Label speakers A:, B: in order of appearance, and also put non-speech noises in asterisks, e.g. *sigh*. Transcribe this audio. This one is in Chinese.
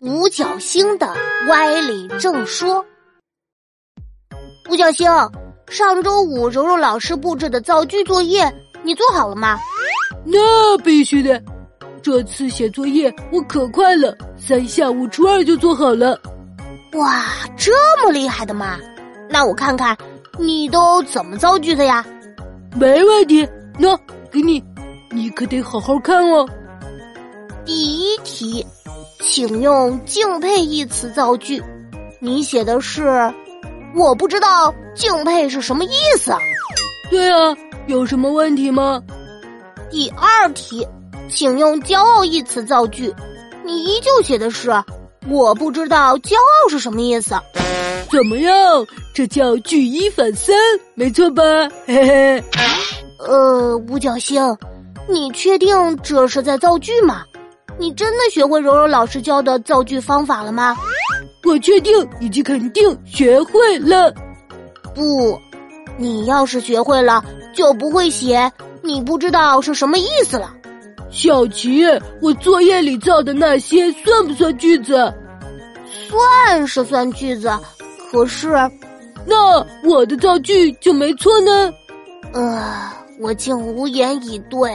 A: 五角星的歪理正说。五角星，上周五蓉蓉老师布置的造句作业，你做好了吗？
B: 那必须的，这次写作业我可快了，三下五除二就做好了。
A: 哇，这么厉害的吗？那我看看你都怎么造句的呀？
B: 没问题，那给你，你可得好好看哦。
A: 第一题，请用“敬佩”一词造句。你写的是“我不知道‘敬佩’是什么意思”。
B: 对啊，有什么问题吗？
A: 第二题，请用“骄傲”一词造句。你依旧写的是“我不知道‘骄傲’是什么意思”。
B: 怎么样？这叫举一反三，没错吧？ *laughs* 嘿嘿。
A: 呃，五角星，你确定这是在造句吗？你真的学会柔柔老师教的造句方法了吗？
B: 我确定以及肯定学会了。
A: 不，你要是学会了，就不会写你不知道是什么意思了。
B: 小琪，我作业里造的那些算不算句子？
A: 算是算句子，可是，
B: 那我的造句就没错呢。
A: 呃，我竟无言以对。